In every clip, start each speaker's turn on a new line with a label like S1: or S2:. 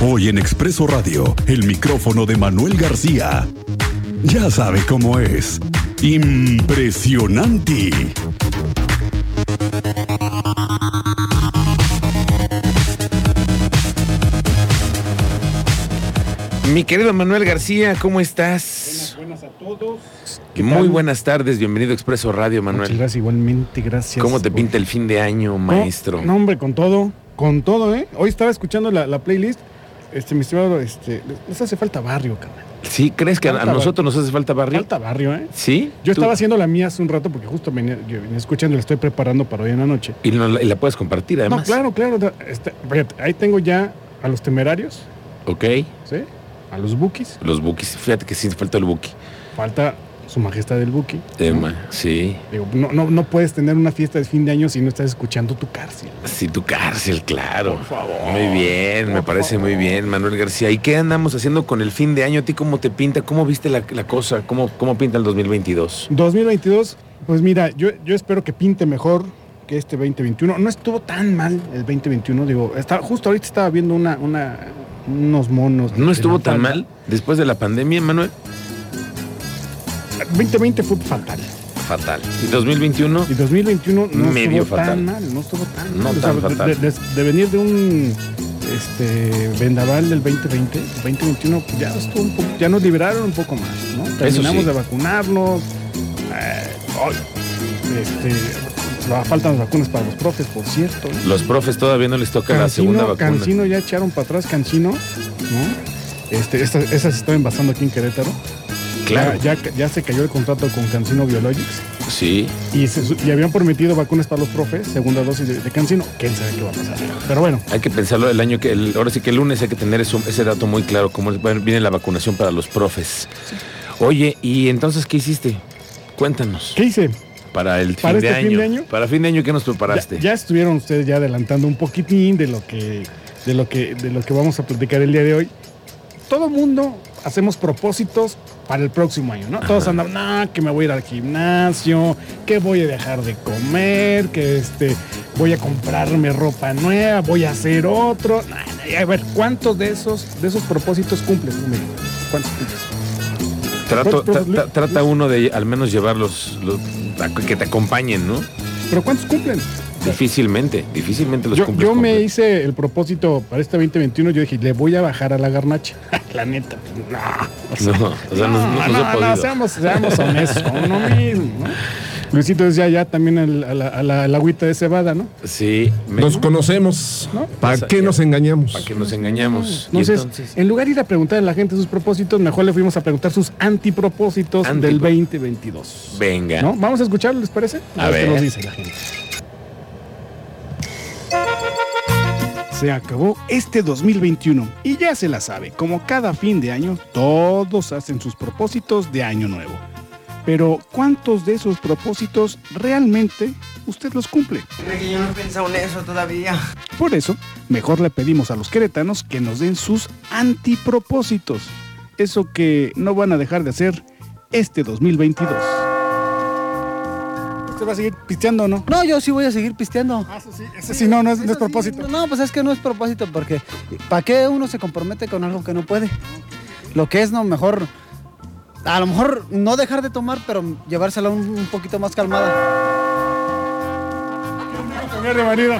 S1: Hoy en Expreso Radio, el micrófono de Manuel García. Ya sabe cómo es. Impresionante.
S2: Mi querido Manuel García, ¿cómo estás?
S3: Buenas, buenas a todos.
S2: Muy buenas tardes, bienvenido a Expreso Radio,
S3: Muchas
S2: Manuel.
S3: gracias, igualmente, gracias.
S2: ¿Cómo te
S3: por-
S2: pinta el fin de año,
S3: No,
S2: maestro?
S3: No, hombre, con todo, con todo, ¿eh? Hoy estaba escuchando la, la playlist. Este, mi estimado, este, nos hace falta barrio, cabrón.
S2: ¿Sí? ¿Crees que a- a
S3: Falta
S2: nosotros nos hace falta barrio?
S3: Falta barrio, ¿eh?
S2: ¿Sí?
S3: Yo
S2: Tú-
S3: estaba haciendo la mía hace un rato porque justo venía, yo venía escuchando, la estoy preparando para hoy en la noche.
S2: Y, no la- y la puedes compartir, además.
S3: No, claro, claro. da- este, fíjate, ahí tengo ya a los temerarios,
S2: Ok.
S3: ¿sí? A los bookies.
S2: Los bookies. Fíjate que sí falta el buki.
S3: Falta su majestad del buki.
S2: Eh, ma, Sí.
S3: Digo, no, no, no puedes tener una fiesta de fin de año si no estás escuchando tu cárcel.
S2: Sí, tu cárcel, claro.
S3: Por favor.
S2: Muy bien, me
S3: Por
S2: parece
S3: favor.
S2: muy bien, Manuel García. ¿Y qué andamos haciendo con el fin de año? ¿A ti cómo te pinta? ¿Cómo viste la, la cosa? ¿Cómo, ¿Cómo pinta el 2022?
S3: 2022, pues mira, yo, yo espero que pinte mejor que este 2021. No estuvo tan mal el 2021, digo, está, justo ahorita estaba viendo una, una, unos monos. de
S2: ¿No
S3: la
S2: estuvo tan
S3: falda.
S2: mal después de la pandemia, Manuel?
S3: 2020 fue fatal.
S2: Fatal. ¿Y 2021?
S3: Y 2021 no
S2: Medio
S3: estuvo
S2: fatal.
S3: tan mal, no estuvo tan
S2: No
S3: mal. O
S2: tan
S3: sea, de-
S2: fatal.
S3: De, de- de venir de un este, vendaval del 2020, 2021, pues ya, estuvo un poco, ya nos liberaron un poco más, ¿no? Terminamos
S2: sí.
S3: de vacunarnos. eh, hoy, este, va- faltan las vacunas para los profes, por cierto.
S2: Los profes todavía no les toca la segunda
S3: Cancino,
S2: vacuna.
S3: Cancino ya echaron para atrás Cancino, ¿no? Este, esta- esas se están envasando aquí en Querétaro.
S2: Claro.
S3: Ya, ya, ya se cayó el contrato con Cancino Biologics.
S2: Sí.
S3: Y, se su- y habían prometido vacunas para los profes, segunda dosis de, de cancino. ¿Quién sabe qué va a pasar? Pero bueno,
S2: Hay que pensarlo el año que. el- ahora sí que el lunes hay que tener eso- ese dato muy claro, cómo es- bueno, viene la vacunación para los profes. Oye, ¿y entonces qué hiciste? Cuéntanos.
S3: ¿qué hice?
S2: Para el fin,
S3: ¿Para
S2: de,
S3: este
S2: año.
S3: fin de año?
S2: Para fin de año, ¿qué nos
S3: Ya,
S2: preparaste?
S3: ya estuvieron ustedes ya adelantando un poquitín de lo que de lo que de lo que vamos a platicar el día de hoy. Todo mundo hacemos propósitos para el próximo año, ¿no? Todos andan, no, que me voy a ir al gimnasio, que voy a dejar de comer, que este voy a comprarme ropa nueva, voy a hacer otro. A ver, ¿cuántos de esos de esos propósitos cumples tú, Miguel? ¿Cuántos cumples?
S2: Trato-
S3: ¿cuántos
S2: tra-
S3: profes,
S2: tra-
S3: Luis?
S2: trata uno de al menos llevarlos, los, a- que te acompañen, ¿no?
S3: ¿Pero cuántos cumplen?
S2: Difícilmente, difícilmente los
S3: yo,
S2: cumples.
S3: yo me
S2: completos.
S3: hice el propósito para este 2021, yo dije, le voy a bajar a la garnacha. la neta, pues, no. O sea,
S2: No, o sea, no, no, no se ha podido.
S3: seamos, seamos honestos con uno mismo, ¿no? Luisito decía ya también el- a, la, a la- a la agüita de cebada, ¿no?
S2: Sí, me-
S4: Nos conocemos.
S3: ¿No?
S5: Pues
S4: ¿Para qué nos engañamos?
S2: para que nos engañamos. Y
S3: Entonces, en lugar de ir a preguntar a la gente sus propósitos, mejor le fuimos a preguntar sus antipropósitos del
S2: Antipro-
S3: 2022.
S2: venga.
S3: ¿No? Vamos a escucharlo, ¿les parece?
S2: A
S3: ver qué
S2: ver.
S3: nos dice la gente. Se acabó este 2021 y ya se la sabe, como cada fin de año, todos hacen sus propósitos de año nuevo. Pero, ¿cuántos de esos propósitos realmente usted los cumple?
S6: Créeme que yo no he pensado en eso todavía.
S3: Por eso, mejor le pedimos a los queretanos que nos den sus antipropósitos, eso que no van a dejar de hacer este 2022. ¿Se va a seguir pisteando o no?
S7: No, yo sí voy a seguir pisteando.
S3: Ah, eso sí, ese sí, no, no es, no es
S7: Eso sí,
S3: propósito.
S7: No, pues es que no es propósito, porque ¿para qué uno se compromete con algo que no puede? Lo que es, no, mejor, a lo mejor no dejar de tomar, pero llevársela un, un poquito más calmada.
S3: Cambiar de marido.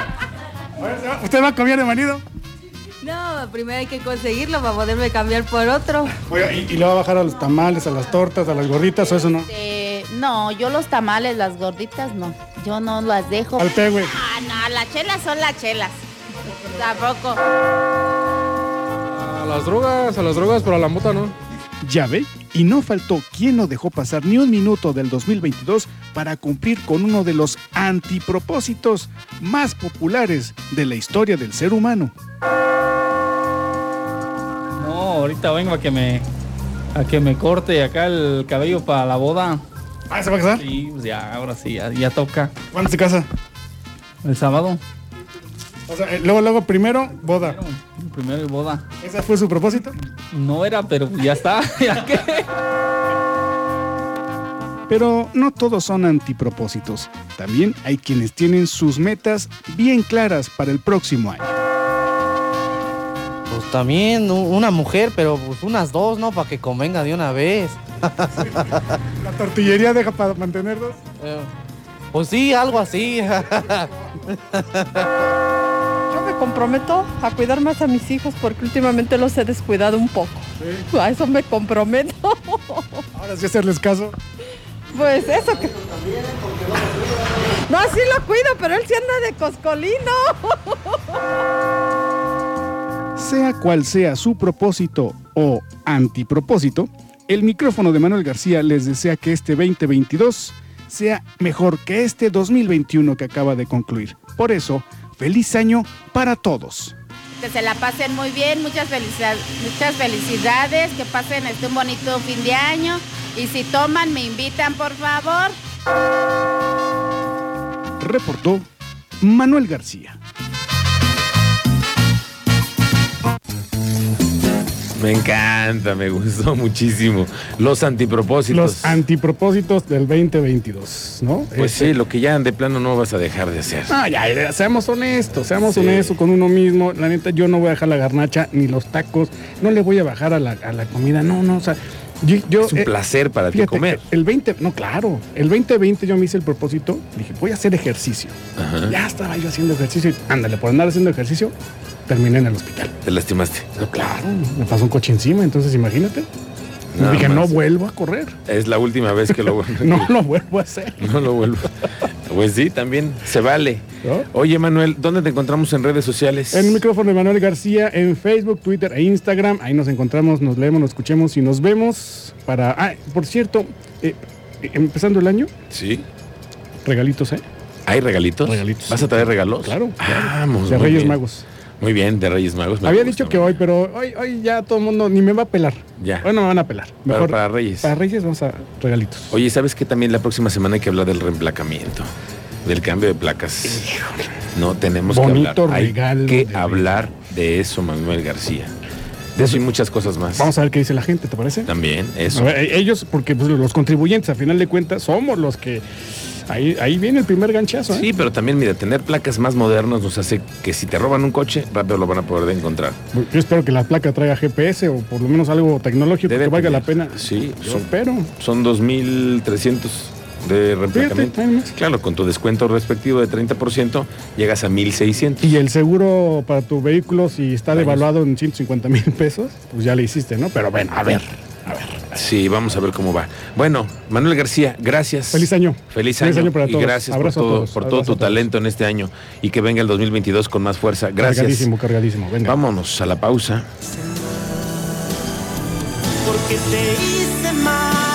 S3: ¿Usted va a cambiar de marido?
S8: No, primero hay que conseguirlo para poderme cambiar por otro.
S3: Oiga, ¿y, y le va a bajar a los tamales, a las tortas, a las gorditas o eso no?
S9: Este, no, yo los tamales, las gorditas, no. Yo no las dejo.
S3: Al té, güey.
S9: Ah, no, las chelas son las chelas. Tampoco.
S5: A las drogas, a las drogas, pero a la mota no.
S3: Ya ve, y no faltó quien no dejó pasar ni un minuto del 2022 para cumplir con uno de los antipropósitos más populares de la historia del ser humano.
S10: No, ahorita vengo a que me a que me corte acá el cabello para la boda.
S3: ¿Ah, se va a casar?
S10: Sí, pues ya, ahora sí, ya, ya toca.
S3: ¿Cuándo se casa?
S10: El sábado.
S3: O sea, eh, luego, luego, primero, boda.
S10: Primero el boda.
S3: ¿Ese fue su propósito?
S10: No era, pero ya está. ¿Ya qué?
S3: Pero no todos son antipropósitos. También hay quienes tienen sus metas bien claras para el próximo año.
S11: Pues También u- una mujer, pero pues unas dos, ¿no? Para que convenga de una vez.
S3: La tortillería deja para mantener dos.
S11: Pues sí, algo así.
S12: Yo me comprometo a cuidar más a mis hijos porque últimamente los he descuidado un poco. A eso me comprometo.
S3: Ahora sí hacerles caso.
S12: Pues eso que... No, sí lo cuido, pero él sí anda de coscolino.
S3: Sea cual sea su propósito o antipropósito, el micrófono de Manuel García les desea que este 2022 sea mejor que este 2021 que acaba de concluir. Por eso, feliz año para todos.
S9: Que se la pasen muy bien, muchas felicidades, muchas felicidades, que pasen este un bonito fin de año y si toman me invitan por favor.
S3: Reportó Manuel García.
S2: Me encanta, me gustó muchísimo. Los antipropósitos. Eh,
S3: Los antipropósitos del 2022, ¿no?
S2: pues
S3: Este-
S2: sí, lo que ya de plano no vas a dejar de hacer.
S3: No, ya, ya, seamos honestos, seamos honestos con uno mismo. La neta, yo no voy a dejar la garnacha ni los tacos, no le voy a bajar a la, a la comida, no, no, o sea, yo, yo,
S2: Es un
S3: eh,
S2: placer para ti
S3: fíjate,
S2: comer.
S3: El 20, no, claro, el 2020 yo me hice el propósito, dije, voy a hacer ejercicio.
S2: Ajá.
S3: Ya estaba yo haciendo ejercicio y ándale, por andar haciendo ejercicio, terminé en el hospital.
S2: Te lastimaste.
S3: claro. Me pasó un coche encima, entonces imagínate.
S2: Nada
S3: dije, no
S2: más.
S3: vuelvo a correr,
S2: Es la última vez que lo
S3: no lo vuelvo a hacer.
S2: No lo vuelvo. Pues sí, también se vale.
S3: ¿No?
S2: Oye, Manuel, ¿dónde te encontramos en redes sociales?
S3: En el micrófono de Manuel García, en Facebook, Twitter e Instagram. Ahí nos encontramos, nos leemos, nos escuchemos y nos vemos para... Ah, por cierto, eh, empezando el año,
S2: Sí.
S3: regalitos, ¿eh?
S2: ¿Hay regalitos? Regalitos. ¿Vas a traer regalos?
S3: Claro.
S2: Vamos.
S3: De
S2: Pues muy
S3: Reyes
S2: bien.
S3: Magos.
S2: Muy bien, de Reyes Magos. me
S3: Había
S2: gusta.
S3: dicho que hoy, pero hoy, hoy ya todo el mundo ni me va a pelar.
S2: Ya.
S3: Hoy no me van a pelar.
S2: Para-
S3: Mejor
S2: para Reyes.
S3: Para Reyes vamos a regalitos.
S2: Oye, ¿sabes que también la próxima semana hay que hablar del reemplacamiento? Del cambio de placas. No tenemos que
S3: Bonito
S2: hablar. Hay
S3: regalo
S2: que hablar de eso, Manuel García. De eso y muchas cosas más.
S3: Vamos a ver qué dice la gente, ¿te parece?
S2: También, eso.
S3: A ver, eh, ellos, porque pues, los contribuyentes, a final de cuentas, somos los que... Ahí, ahí viene el primer ganchazo, ¿eh?
S2: Sí, pero también, mira, tener placas más modernas nos hace que si te roban un coche, rápido lo van a poder encontrar.
S3: Yo espero que la placa traiga GPS o por lo menos algo tecnológico
S2: Debe
S3: que valga
S2: tener.
S3: la pena.
S2: Sí,
S3: Yo
S2: son,
S3: espero.
S2: son 2.300 de reemplacamiento. Claro, con tu descuento respectivo de 30%, llegas a 1.600.
S3: Y el seguro para tu vehículo, si está devaluado en 150 mil pesos, pues ya le hiciste, ¿no? Pero bueno, a ver.
S2: Sí, vamos a ver cómo va. Bueno, Manuel García, gracias.
S3: Feliz año.
S2: Feliz año.
S3: Feliz año para
S2: y
S3: todos.
S2: gracias por
S3: Abrazo a
S2: todo,
S3: todos.
S2: por todo
S3: Abrazo
S2: tu
S3: a todos.
S2: talento en este año y que venga el 2022 con más fuerza. Gracias.
S3: Cargadísimo, cargadísimo. Venga.
S2: Vámonos a la pausa.
S6: Porque te hice mal.